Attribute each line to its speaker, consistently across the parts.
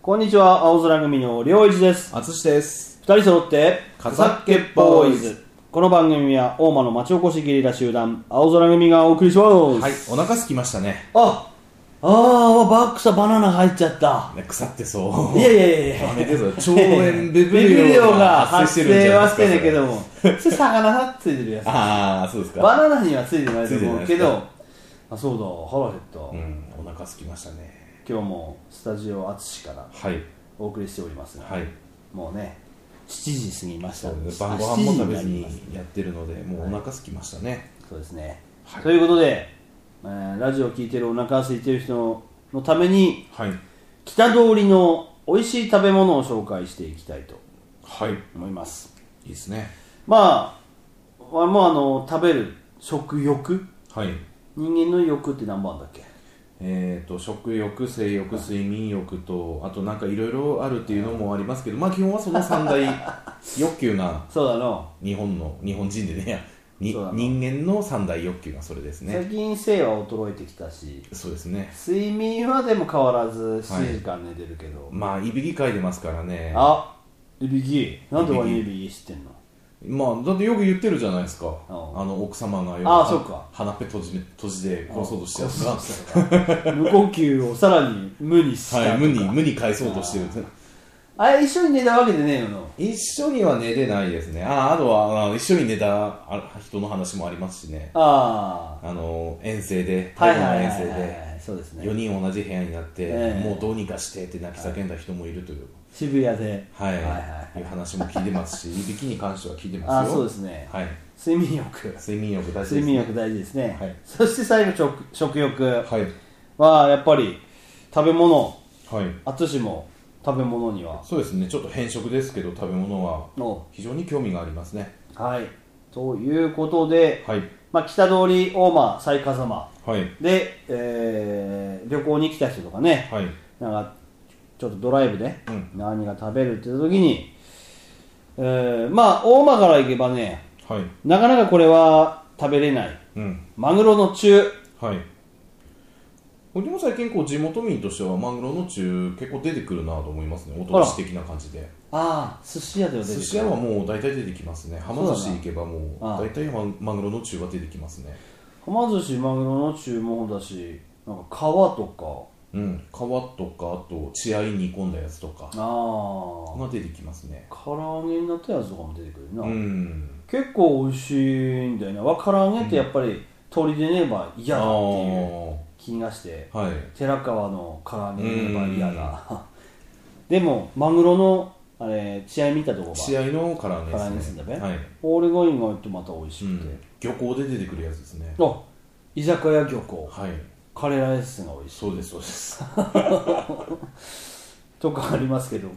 Speaker 1: こんにちは、青空組の両一です。
Speaker 2: あつしです。
Speaker 1: 二人揃って、
Speaker 2: カザッケボーイズ。
Speaker 1: この番組は、大間の町おこしゲリラ集団、青空組がお送りします。
Speaker 2: はい、お腹すきましたね。
Speaker 1: あ、あー、バックさバナナ入っちゃった。
Speaker 2: ね腐ってそう。
Speaker 1: いやいやいやいや
Speaker 2: やめてぞ。腸炎ベ
Speaker 1: ビ
Speaker 2: ビ
Speaker 1: ビ
Speaker 2: リ
Speaker 1: リ
Speaker 2: オ
Speaker 1: オが
Speaker 2: が発
Speaker 1: 発
Speaker 2: 生してるんじ
Speaker 1: 生
Speaker 2: ゃない
Speaker 1: はし
Speaker 2: ですか。
Speaker 1: てないけ
Speaker 2: そ
Speaker 1: ど
Speaker 2: れ。
Speaker 1: も、それ魚がついてるやつ。
Speaker 2: ああ、そうですか。
Speaker 1: バナナにはついてないと思うけ
Speaker 2: ついてない
Speaker 1: ど、あそうだ、腹減った。
Speaker 2: うん、お腹すきましたね。
Speaker 1: 今日もスタジオ淳から
Speaker 2: はい。
Speaker 1: お送りしておりますが、
Speaker 2: はい。
Speaker 1: もうね、7時過ぎました。
Speaker 2: そうです
Speaker 1: あ
Speaker 2: ね。晩ご飯も食べ
Speaker 1: 7
Speaker 2: ず
Speaker 1: 時になります
Speaker 2: にやってるので、もうお腹すきましたね。
Speaker 1: そうですね、
Speaker 2: はい
Speaker 1: ということで、えーラジオを聞いてるお腹が空いてる人のために
Speaker 2: はい。
Speaker 1: 北通りの美味しい食べ物を紹介していきたいと
Speaker 2: はい。い
Speaker 1: 思います
Speaker 2: いですね。
Speaker 1: まあわもうあの食べる食欲
Speaker 2: はい。
Speaker 1: 人間の欲って何番だっけ
Speaker 2: えー、と食欲、性欲、睡眠欲と、あとなんかいろいろあるっていうのもありますけど、まあ基本はその三大欲求な
Speaker 1: そうだの、
Speaker 2: 日本の日本人でねいやに
Speaker 1: そうだな
Speaker 2: 人間の三大欲求がそれです
Speaker 1: 最
Speaker 2: ね
Speaker 1: 近性は衰えてきたし
Speaker 2: そうですね
Speaker 1: 睡眠はでも変わらず7時間寝てるけど、
Speaker 2: まあいびきかいてますからね
Speaker 1: あいびきなんで俺にいびき知ってんの
Speaker 2: まあだってよく言ってるじゃないですかあ
Speaker 1: ああ
Speaker 2: の奥様がよく
Speaker 1: ああそうか
Speaker 2: 鼻っぺ閉じめ閉じで殺そうとしてやつ が
Speaker 1: 無呼吸をさらに無にしたとか、
Speaker 2: はい無に無に返そうとしてる
Speaker 1: あれ一緒に寝たわけでねえの
Speaker 2: 一緒には寝れないですねあああとはあの一緒に寝たあ人の話もありますしね
Speaker 1: あ
Speaker 2: あの遠征で
Speaker 1: あは
Speaker 2: 台
Speaker 1: いはいは
Speaker 2: 湾の遠征
Speaker 1: い、
Speaker 2: で
Speaker 1: はい、そうです
Speaker 2: 4
Speaker 1: ね
Speaker 2: 人同じ部屋になって、
Speaker 1: ええ
Speaker 2: もうどうにかしてって泣き叫んだ人もいるという、
Speaker 1: 渋谷で
Speaker 2: はい、
Speaker 1: はい
Speaker 2: い
Speaker 1: はいう
Speaker 2: 話も聞いてます し、いびきに関しては聞いて
Speaker 1: あ
Speaker 2: ま
Speaker 1: あ
Speaker 2: すよ。
Speaker 1: そうですね
Speaker 2: はい。
Speaker 1: 睡眠欲
Speaker 2: 睡眠欲大事です、ね。
Speaker 1: 睡眠欲大事ですね、
Speaker 2: はい
Speaker 1: そして最後食食欲
Speaker 2: はい。
Speaker 1: はやっぱり食べ物
Speaker 2: はい。
Speaker 1: 淳も食べ物には
Speaker 2: そうですね。ちょっと変色ですけど、食べ物は
Speaker 1: の
Speaker 2: 非常に興味がありますね。
Speaker 1: はいということで、
Speaker 2: はい。
Speaker 1: まあ、北通り大間雑賀様
Speaker 2: はい。
Speaker 1: で、えー旅行に来た人とかね、
Speaker 2: はい。
Speaker 1: なんかちょっとドライブで
Speaker 2: うん
Speaker 1: 何が食べるっていう時に、えーまあ大間から行けばね
Speaker 2: はい。
Speaker 1: なかなかこれは食べれない
Speaker 2: うん。
Speaker 1: マグロの中
Speaker 2: はい。僕も最近こう地元民としてはマグロの中結構出てくるなと思いますね。おとなし的な感じで。
Speaker 1: ああ寿司屋では出てく
Speaker 2: 寿
Speaker 1: る
Speaker 2: 司屋はもう大体出てきますね。はま寿司行けばもう
Speaker 1: ああ
Speaker 2: 大体ママグロの中は出てきますね。
Speaker 1: はま寿司マグロの中もだしなんか皮と
Speaker 2: うん。皮とかあと血合い煮込んだやつとか
Speaker 1: かああ
Speaker 2: が出てきますね。
Speaker 1: 唐揚げになったやつとかも出てくるな、
Speaker 2: うん。
Speaker 1: 結構美味しいんだよなわ唐揚げってやっぱり鳥でねえば嫌だっていう気がして
Speaker 2: あーはい。
Speaker 1: 寺川の唐揚げのバリアが でもマグロのあれ血合い見たとこが
Speaker 2: 試合の唐揚げ
Speaker 1: 唐揚げで
Speaker 2: ですす
Speaker 1: ね
Speaker 2: ね。はい。
Speaker 1: オールゴインがってまた美味し
Speaker 2: う
Speaker 1: くて
Speaker 2: ん、漁港で出てくるやつですね。
Speaker 1: あ居酒屋漁港
Speaker 2: はい。
Speaker 1: カレーライスが美味しい
Speaker 2: そうですそう です。
Speaker 1: とかありますけど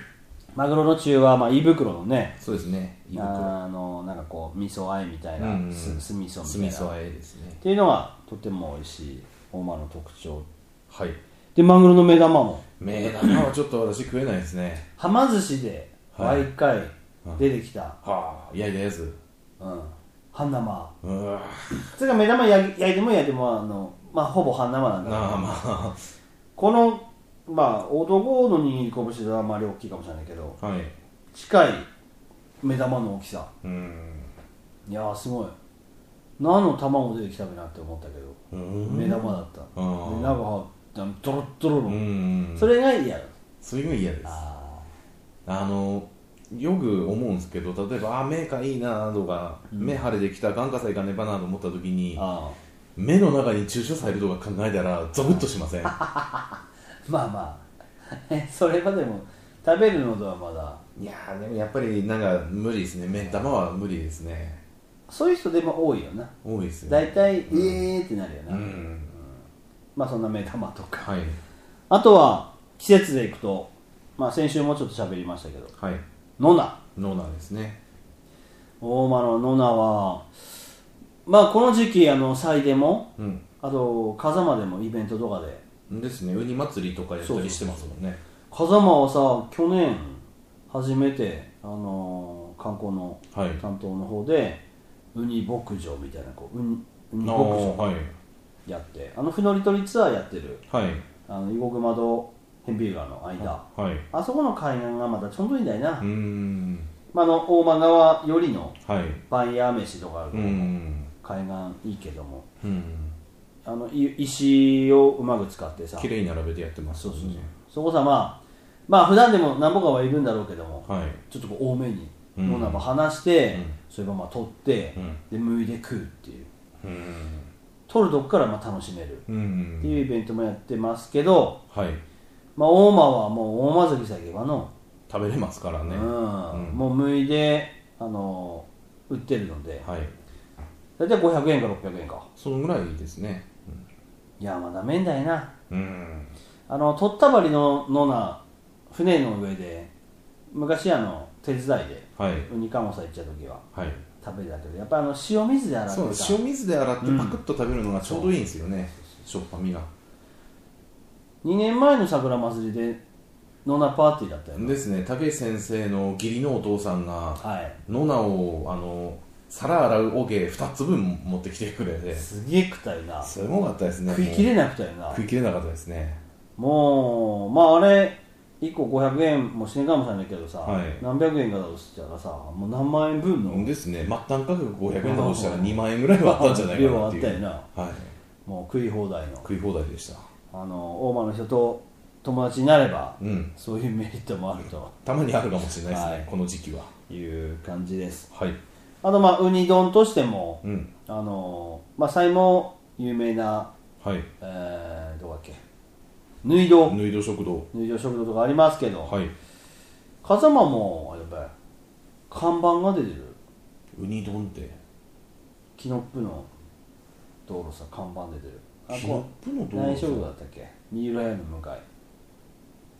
Speaker 1: マグロの中はまあ胃袋のね
Speaker 2: そうですね。胃袋。
Speaker 1: あのなんかこう味噌あえみたいな、
Speaker 2: うんうん
Speaker 1: 酢酢味噌
Speaker 2: 酢
Speaker 1: み
Speaker 2: 味
Speaker 1: たいな
Speaker 2: 噌
Speaker 1: っ
Speaker 2: 和えですね。
Speaker 1: ていうのがとても美味しい大間の特徴
Speaker 2: はい。
Speaker 1: でマグロの目玉も
Speaker 2: 目玉はちょっと私食えないですね。
Speaker 1: はま寿司で毎回出てきた、
Speaker 2: はあ、焼いたやつ。
Speaker 1: うん半生
Speaker 2: うわ
Speaker 1: それが目玉焼き焼いても焼いてもあの、まあ、ほぼ半生なん
Speaker 2: あ、
Speaker 1: だ
Speaker 2: なあま
Speaker 1: このまあ男の握り拳ではあまり大きいかもしれないけど
Speaker 2: あ。はい。
Speaker 1: 近い目玉の大きさ
Speaker 2: うん。
Speaker 1: いやーすごい何の卵出てきたべなって思ったけど、
Speaker 2: うん
Speaker 1: 目玉だった
Speaker 2: あー
Speaker 1: で中はドロッドロ
Speaker 2: う
Speaker 1: の、
Speaker 2: ん。
Speaker 1: そ
Speaker 2: れ、
Speaker 1: れが嫌だ
Speaker 2: それが嫌です。
Speaker 1: あ
Speaker 2: あのよく思うんですけど例えば「あー目かいいな」とか「目腫れてきた眼科さえ行かねばな」と思った時に
Speaker 1: あ
Speaker 2: 目の中に注射されるとか考えたらゾクッとしません い
Speaker 1: ー まあ まあえそれはでも食べるのとはまだ
Speaker 2: やーでもやっぱりなんか無理ですね目玉は無理ですね
Speaker 1: そういう人でも多いよな
Speaker 2: 多いですよ
Speaker 1: 大
Speaker 2: ね
Speaker 1: 体、えーってなるよな、
Speaker 2: うん
Speaker 1: まあそんな目玉とか
Speaker 2: はい
Speaker 1: あとは季節でいくと、まあ、先週もちょっと喋りましたけど
Speaker 2: はい
Speaker 1: ノナ
Speaker 2: ノーナーですね
Speaker 1: 大間のノナはまあこの時期あの祭でも
Speaker 2: うん
Speaker 1: あと風間でもイベントとかで
Speaker 2: ですねウニ祭りとかやったりしてますもんね
Speaker 1: 風間はさ去年初めて、あのー観光の
Speaker 2: はい
Speaker 1: 担当の方でウニ牧場みたいなこうウニウニ
Speaker 2: あ
Speaker 1: 牧
Speaker 2: ー
Speaker 1: 場
Speaker 2: はい
Speaker 1: やってあの船乗り取りツアーやってる
Speaker 2: はい
Speaker 1: あの囲碁熊と天秤川の間
Speaker 2: はい
Speaker 1: あそこの海岸がまだちょうどいいんだよな、
Speaker 2: うーん
Speaker 1: まあ、あの大間川よりの
Speaker 2: はい
Speaker 1: バイヤー飯とかある
Speaker 2: う
Speaker 1: か
Speaker 2: ー
Speaker 1: ら、
Speaker 2: ん
Speaker 1: 海岸いいけども
Speaker 2: うん
Speaker 1: あのい石をうまく使ってさ
Speaker 2: 綺麗に並べてやってます
Speaker 1: そう
Speaker 2: よ
Speaker 1: そ
Speaker 2: ね
Speaker 1: うそうそこさまあまあ普段でも何ぼかはいるんだろうけども
Speaker 2: はい
Speaker 1: ちょっとこう多めに
Speaker 2: うん
Speaker 1: もうなんか離して、
Speaker 2: うん
Speaker 1: それがまあ取って、
Speaker 2: うん
Speaker 1: で剥いで食うっていう
Speaker 2: うん
Speaker 1: 取るとこからまあ楽しめるっ
Speaker 2: う
Speaker 1: て
Speaker 2: ん
Speaker 1: いうイベントもやってますけど、
Speaker 2: はい
Speaker 1: まあ、大間はもう大間崎先はの、
Speaker 2: 食べれますから
Speaker 1: う
Speaker 2: ね
Speaker 1: ん
Speaker 2: うん
Speaker 1: もう剥いであの売ってるので
Speaker 2: はい
Speaker 1: 大体500円か600円か
Speaker 2: そのぐらいですね
Speaker 1: いやまあダメんだよな
Speaker 2: うん
Speaker 1: あの取ったばりののな船の上で昔あの手伝いで
Speaker 2: はい
Speaker 1: ウニカモさ行った時は
Speaker 2: はい
Speaker 1: 食べたけどやっぱあの塩水で洗って
Speaker 2: そう
Speaker 1: た
Speaker 2: 塩水で洗ってパクッと食べるのがちょうどいいんですよねしょっぱみが
Speaker 1: 2年前の桜祭りでノナパーティーだったよね
Speaker 2: ですね武井先生の義理のお父さんが
Speaker 1: はい
Speaker 2: ノナをあの皿洗うおげ2つ分持ってきてくれて
Speaker 1: すげえ食ったよな
Speaker 2: すごかったですね
Speaker 1: 食い切れなくたよな
Speaker 2: 食い切れなかったですね
Speaker 1: もうまああれ1個500円もしねえかもしれないけどさ、
Speaker 2: はい
Speaker 1: 何百円かだとしたらさもう何万円分の
Speaker 2: ですね末端価格500円だとしたら2万円ぐらいはあったんじゃないかなってい
Speaker 1: 量
Speaker 2: う
Speaker 1: はあっ
Speaker 2: はい、
Speaker 1: もう食い放題の
Speaker 2: 食い放題でした
Speaker 1: あの大間の人と友達になれば、
Speaker 2: うん
Speaker 1: そういうメリットもあると
Speaker 2: たまにあるかもしれないですね、
Speaker 1: はい
Speaker 2: この時期は
Speaker 1: いう感じです
Speaker 2: はい
Speaker 1: あとまあウニ丼としても、
Speaker 2: うん
Speaker 1: あのまあ最も有名な
Speaker 2: はい
Speaker 1: えー、どこだっけ縫い堂
Speaker 2: 縫い戸食堂
Speaker 1: 縫い堂食堂とかありますけど、
Speaker 2: はい
Speaker 1: 風間もやっぱり看板が出てる
Speaker 2: ウニ丼って
Speaker 1: キノップの道路さ看板出てるあ
Speaker 2: キノ
Speaker 1: こ
Speaker 2: ップの
Speaker 1: う
Speaker 2: 道
Speaker 1: 何
Speaker 2: 路
Speaker 1: 食堂だったっけ三浦屋の向かい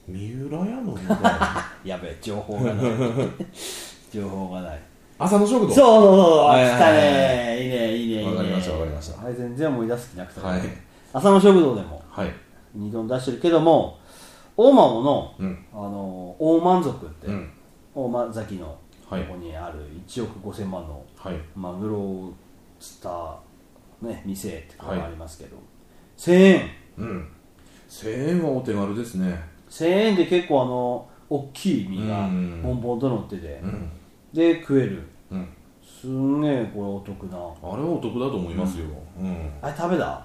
Speaker 2: 三浦屋の向かい
Speaker 1: やべえ情報がない 情報がない
Speaker 2: 朝の
Speaker 1: そ
Speaker 2: 食
Speaker 1: う
Speaker 2: 堂
Speaker 1: そうそうあ
Speaker 2: はいは
Speaker 1: 来
Speaker 2: いはい
Speaker 1: たねいいねいいねいいね
Speaker 2: わかりましたわかりました
Speaker 1: あれ全然思い出す気なくて、
Speaker 2: はい
Speaker 1: 朝の食堂でも
Speaker 2: はい
Speaker 1: 二丼出してるけども大間もの
Speaker 2: うん
Speaker 1: あの大満足って、
Speaker 2: うん
Speaker 1: 大間崎のここ
Speaker 2: はい
Speaker 1: にある1億5000万の
Speaker 2: はい
Speaker 1: マグロを釣った、ね、店ってこ
Speaker 2: は
Speaker 1: と
Speaker 2: い
Speaker 1: がありますけど、1000円
Speaker 2: うん1000円はお手軽ですね
Speaker 1: 1000円で結構あの大きい身が
Speaker 2: うん
Speaker 1: ボンボンと乗ってて、
Speaker 2: うん
Speaker 1: で食える
Speaker 2: うん
Speaker 1: すんげえこれお得な
Speaker 2: あれはお得だと思いますようん、
Speaker 1: あれ食べた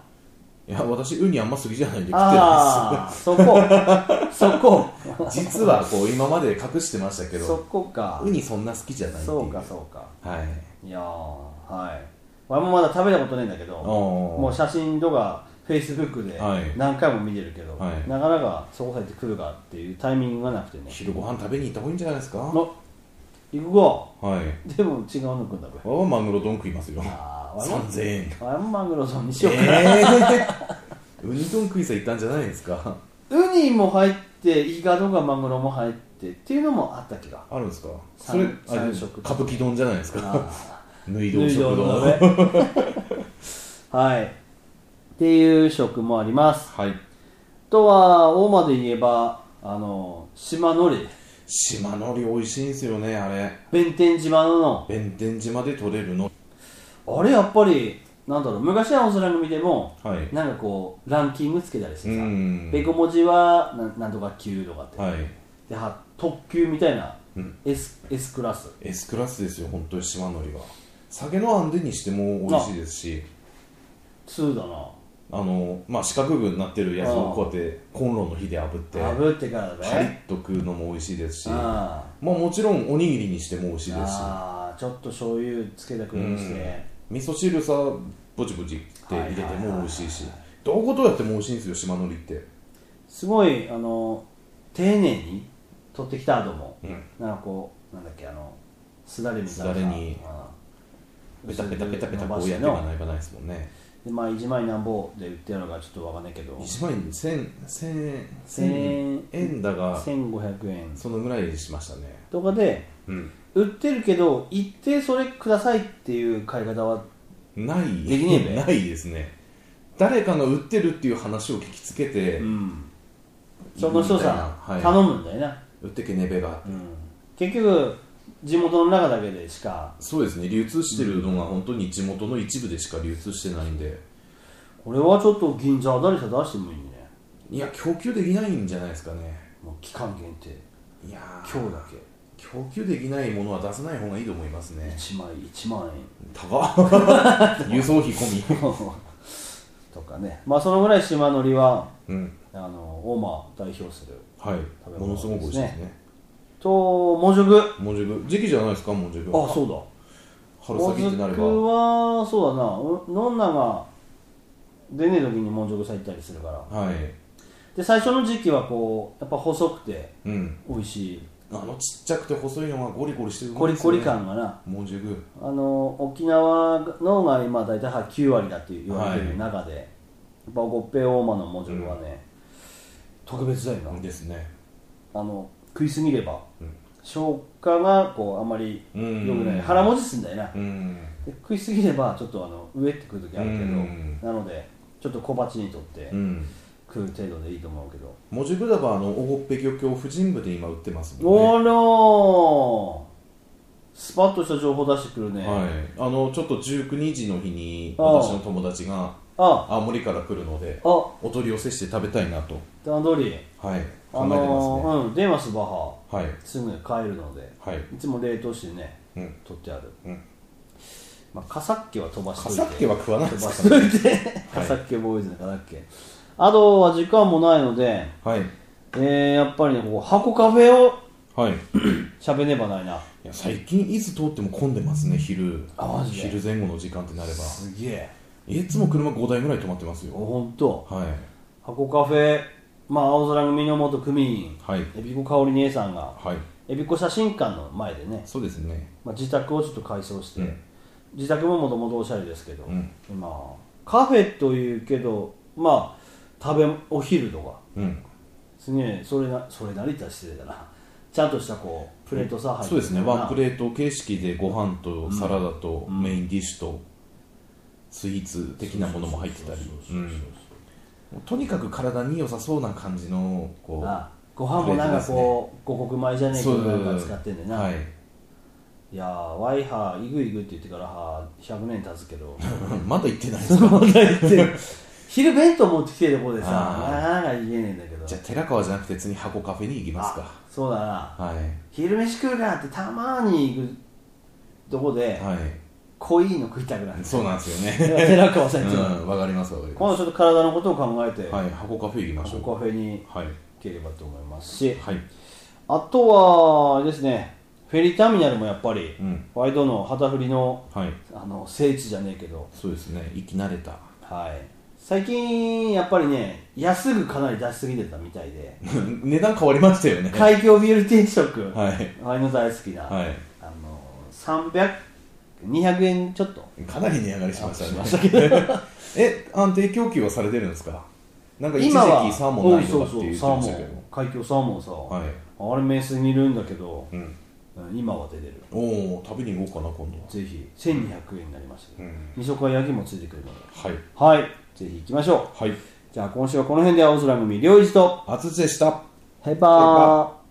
Speaker 2: いや私ウニあんま好きじゃないんで食ってない
Speaker 1: ああそこ そこ
Speaker 2: です実はこう今まで隠してましたけ
Speaker 1: そ
Speaker 2: ど
Speaker 1: こか
Speaker 2: ウニそんな好きじゃないってい
Speaker 1: そうかそうか
Speaker 2: はい
Speaker 1: いやーはい俺もまだ食べたことないんだけども
Speaker 2: も
Speaker 1: う写真とかフェイスブックで
Speaker 2: はい
Speaker 1: 何回も見てるけど、
Speaker 2: はい
Speaker 1: なかなかそこ入ってくるかっていうタイミングがなくてね
Speaker 2: 昼ご飯食べに行った方がいいんじゃないですか
Speaker 1: あ
Speaker 2: は
Speaker 1: 行くか
Speaker 2: い
Speaker 1: でも違うの来んだこれ
Speaker 2: 俺はマグロ丼食いますよ
Speaker 1: ああ
Speaker 2: 3000円
Speaker 1: ワンマグロ丼にしようかな、
Speaker 2: え ー、ウニ丼食いさ行ったんじゃないですか
Speaker 1: ウニも入ってイカとかマグロも入ってっていうのもあった気 が
Speaker 2: あるんですかそ
Speaker 1: 三
Speaker 2: れあれ
Speaker 1: 三
Speaker 2: 歌
Speaker 1: 色
Speaker 2: 舞伎丼じゃないですか
Speaker 1: あ
Speaker 2: 縫い
Speaker 1: ー
Speaker 2: 丼食堂
Speaker 1: のねはいっていう食もあります
Speaker 2: はい
Speaker 1: あとは大間で言えばあの島のり
Speaker 2: 島のり美味しいんですよねあれ
Speaker 1: 弁天島の
Speaker 2: 弁天島で取れるの
Speaker 1: あれやっぱりなんだろう昔はおら組でも
Speaker 2: はい
Speaker 1: なんかこうランキングつけたりしてさ
Speaker 2: うん
Speaker 1: ペコ文字はなんなんとか級とかって、
Speaker 2: はい
Speaker 1: では特級みたいな、
Speaker 2: うん
Speaker 1: S, S クラス
Speaker 2: S クラスですよ本当に島のりは酒のあんでにしても美味しいですし
Speaker 1: 2だな
Speaker 2: あのまあ四角くなってるやつ
Speaker 1: あ
Speaker 2: を
Speaker 1: あ
Speaker 2: こうやってコンロの火で炙って
Speaker 1: 炙ってからだね
Speaker 2: カリッと食うのも美味しいですしまあ
Speaker 1: あ
Speaker 2: もちろんおにぎりにしても美味しいですし
Speaker 1: あーちょっと醤油つけたくにして、
Speaker 2: 味噌汁さぼちぼちって入れても美味しいし
Speaker 1: はい
Speaker 2: どうことやっても美味しいんですよ島のりって
Speaker 1: すごいあの丁寧に取ってきた後も、
Speaker 2: うん
Speaker 1: なんかこうなんだっけあのすだれみたいな
Speaker 2: すだれに
Speaker 1: うん
Speaker 2: ペタペタペタペタこ
Speaker 1: 薄く
Speaker 2: うや
Speaker 1: 伸ばして
Speaker 2: っ
Speaker 1: ての
Speaker 2: かないかないですもんね
Speaker 1: でまあ1枚なんぼで売ってやるのかちょっとわかんないけど
Speaker 2: 1枚1000 1000
Speaker 1: 千円
Speaker 2: 円円だが
Speaker 1: 1500円
Speaker 2: そのぐらいしましたね
Speaker 1: とかで
Speaker 2: うん
Speaker 1: 売ってるけど一定それくださいっていう買い方は
Speaker 2: ない
Speaker 1: できねえべ
Speaker 2: ないですね誰かの売ってるっていう話を聞きつけて、
Speaker 1: うんその人さ、
Speaker 2: うんはい
Speaker 1: 頼むんだよな、
Speaker 2: 売ってけねべが
Speaker 1: うん、結局地元の中だけでしか
Speaker 2: そうですね流通してるのが本当に地元の一部でしか流通してないんで
Speaker 1: これはちょっと銀座あたりさ出してもいいね
Speaker 2: いや供給できないんじゃないですかね
Speaker 1: もう期間限定
Speaker 2: いやー
Speaker 1: 今日だけ
Speaker 2: 供給できないものは出さない方がいいと思いますね
Speaker 1: 1枚1万円
Speaker 2: 高 っ輸送費込み
Speaker 1: とかねまあそのぐらい島のりは
Speaker 2: うん
Speaker 1: あのオーマー代表する
Speaker 2: はい
Speaker 1: べ物
Speaker 2: ものすごく美味しいですね
Speaker 1: ともじゅぐあ
Speaker 2: もんじゅぐ時期じゃないですかもんじゅぐは
Speaker 1: そうだ
Speaker 2: 春先ってなれば
Speaker 1: もずくはそうだなうノンナが出ねえ時にもんじゅぐ咲いたりするから
Speaker 2: はい
Speaker 1: で最初の時期はこうやっぱ細くて
Speaker 2: うん
Speaker 1: 美味しい
Speaker 2: あのちっちゃくて細いのがゴリゴリしてる
Speaker 1: コリコリ感がな
Speaker 2: もんじゅぐ
Speaker 1: あの沖縄のが今大体9割だって言われてる中で、やっぱ五平大間の文字はね、特別だよな、
Speaker 2: ですね
Speaker 1: あの食いすぎれば、
Speaker 2: うん
Speaker 1: 消化がこうあんまり
Speaker 2: う
Speaker 1: 良
Speaker 2: ん
Speaker 1: くない、腹持ちすんだよな、
Speaker 2: うん
Speaker 1: で食いすぎればちょっとあの上ってくる時あるけど、
Speaker 2: うん
Speaker 1: なのでちょっと小鉢にとって
Speaker 2: うん
Speaker 1: 食う程度でいいと思うけど、
Speaker 2: もじゅぐだばあのおごっぺ漁協婦人部で今売ってますもんね
Speaker 1: おらースパッとした情報出してくるね、
Speaker 2: はい、あのちょっと19日の日に
Speaker 1: ああ
Speaker 2: 私の友達が
Speaker 1: あ
Speaker 2: 青森から来るので
Speaker 1: あ
Speaker 2: お取り寄せして食べたいなと、
Speaker 1: 段取り
Speaker 2: はい、考
Speaker 1: あ
Speaker 2: えてますね、
Speaker 1: のーうん出ますバハ
Speaker 2: はい
Speaker 1: すぐ帰るので
Speaker 2: はい
Speaker 1: いつも冷凍してね
Speaker 2: うん
Speaker 1: 取ってある、
Speaker 2: うん
Speaker 1: まあ、カサッケは飛ばしと
Speaker 2: カ
Speaker 1: いて
Speaker 2: サッケは食わないで
Speaker 1: 飛
Speaker 2: す
Speaker 1: ば
Speaker 2: か
Speaker 1: しといて、カサッケボーイズのカサッケあとは時間もないので、
Speaker 2: はい
Speaker 1: えー、やっぱりねここ箱カフェを
Speaker 2: はいい
Speaker 1: 喋ねばないな
Speaker 2: や最近いつ通っても混んでますね昼
Speaker 1: あマジで
Speaker 2: 昼前後の時間ってなれば
Speaker 1: すげえ
Speaker 2: いつも車5台ぐらい止まってますよ
Speaker 1: ほんと
Speaker 2: はい
Speaker 1: 箱カフェまあ青空組の元組員
Speaker 2: はい
Speaker 1: えびこ香り姉さんが
Speaker 2: はい
Speaker 1: えびこ写真館の前でね、
Speaker 2: そうですね
Speaker 1: まあ、自宅をちょっと改装して、
Speaker 2: うん
Speaker 1: 自宅ももともとおしゃれですけど、
Speaker 2: うん
Speaker 1: まあカフェというけどまあ食べお昼とか
Speaker 2: うん
Speaker 1: すげえそれなそれなりた失礼だなちゃんとしたこうプレートさ、入って
Speaker 2: そうですね
Speaker 1: るよな
Speaker 2: ワンプレート形式でご飯とサラダとメインディッシュとスイーツ的なものも入ってたり
Speaker 1: そうそうそうそう
Speaker 2: うんとにかく体に良さそうな感じのこう
Speaker 1: あご飯もなんかこう五穀米じゃねえけどなんか使ってんだよな、
Speaker 2: はい
Speaker 1: い、やーワイハーイグイグって言ってからは100年経つけど
Speaker 2: まだ言ってないです
Speaker 1: その問題って 昼弁当持ってきてるところでさ
Speaker 2: あ
Speaker 1: な
Speaker 2: ー
Speaker 1: んか言えねえんだけど
Speaker 2: じゃあ寺川じゃなくて次箱カフェに行きますか
Speaker 1: あそうだな
Speaker 2: はい
Speaker 1: 昼飯食うかってたまに行くとこで、
Speaker 2: はい
Speaker 1: 濃いの食いた くなる
Speaker 2: そうなんですよ
Speaker 1: だから
Speaker 2: ね
Speaker 1: 寺川さん
Speaker 2: う
Speaker 1: いつも
Speaker 2: んわかりますわかり
Speaker 1: 今
Speaker 2: ま
Speaker 1: 度ちょっと体のことを考えて、
Speaker 2: すはい箱カフェ行きましょ
Speaker 1: こ
Speaker 2: う
Speaker 1: こカフェに
Speaker 2: はい
Speaker 1: 行ければと思いますし
Speaker 2: はい
Speaker 1: あとはあれですねフェリーターミナルもやっぱり、
Speaker 2: うん
Speaker 1: ワイドの旗振りの
Speaker 2: はい
Speaker 1: あの聖地じゃねえけど、
Speaker 2: そうですね生き慣れた
Speaker 1: はい、最近やっぱりね安ぐかなり出しすぎてたみたいで
Speaker 2: 値段変わりましたよね
Speaker 1: 海峡ビューテ定食、
Speaker 2: はい
Speaker 1: ワイの大好きな、
Speaker 2: はい
Speaker 1: あの300 200円ちょっと
Speaker 2: かなり値上がりしましたね
Speaker 1: あ
Speaker 2: え安定供給はされてるんですかなんか一時期
Speaker 1: 今は
Speaker 2: サーモンないとかって
Speaker 1: うん
Speaker 2: 言って
Speaker 1: そうそう
Speaker 2: まし
Speaker 1: サー
Speaker 2: たけ
Speaker 1: モ
Speaker 2: ど
Speaker 1: ン海峡サーモンさ、
Speaker 2: はい
Speaker 1: あれ名水にいるんだけど、
Speaker 2: うん
Speaker 1: うん今は出てる
Speaker 2: おお食べに行こうかな今度は
Speaker 1: ぜひ1200円になりましたけど、
Speaker 2: うん
Speaker 1: 二色焼きもついてくるので
Speaker 2: はい
Speaker 1: はいぜひ行きましょう
Speaker 2: はい
Speaker 1: じゃあ今週はこの辺で青空組りょうじと
Speaker 2: あつつでした
Speaker 1: バイバ
Speaker 2: バ
Speaker 1: バ
Speaker 2: イ
Speaker 1: イバー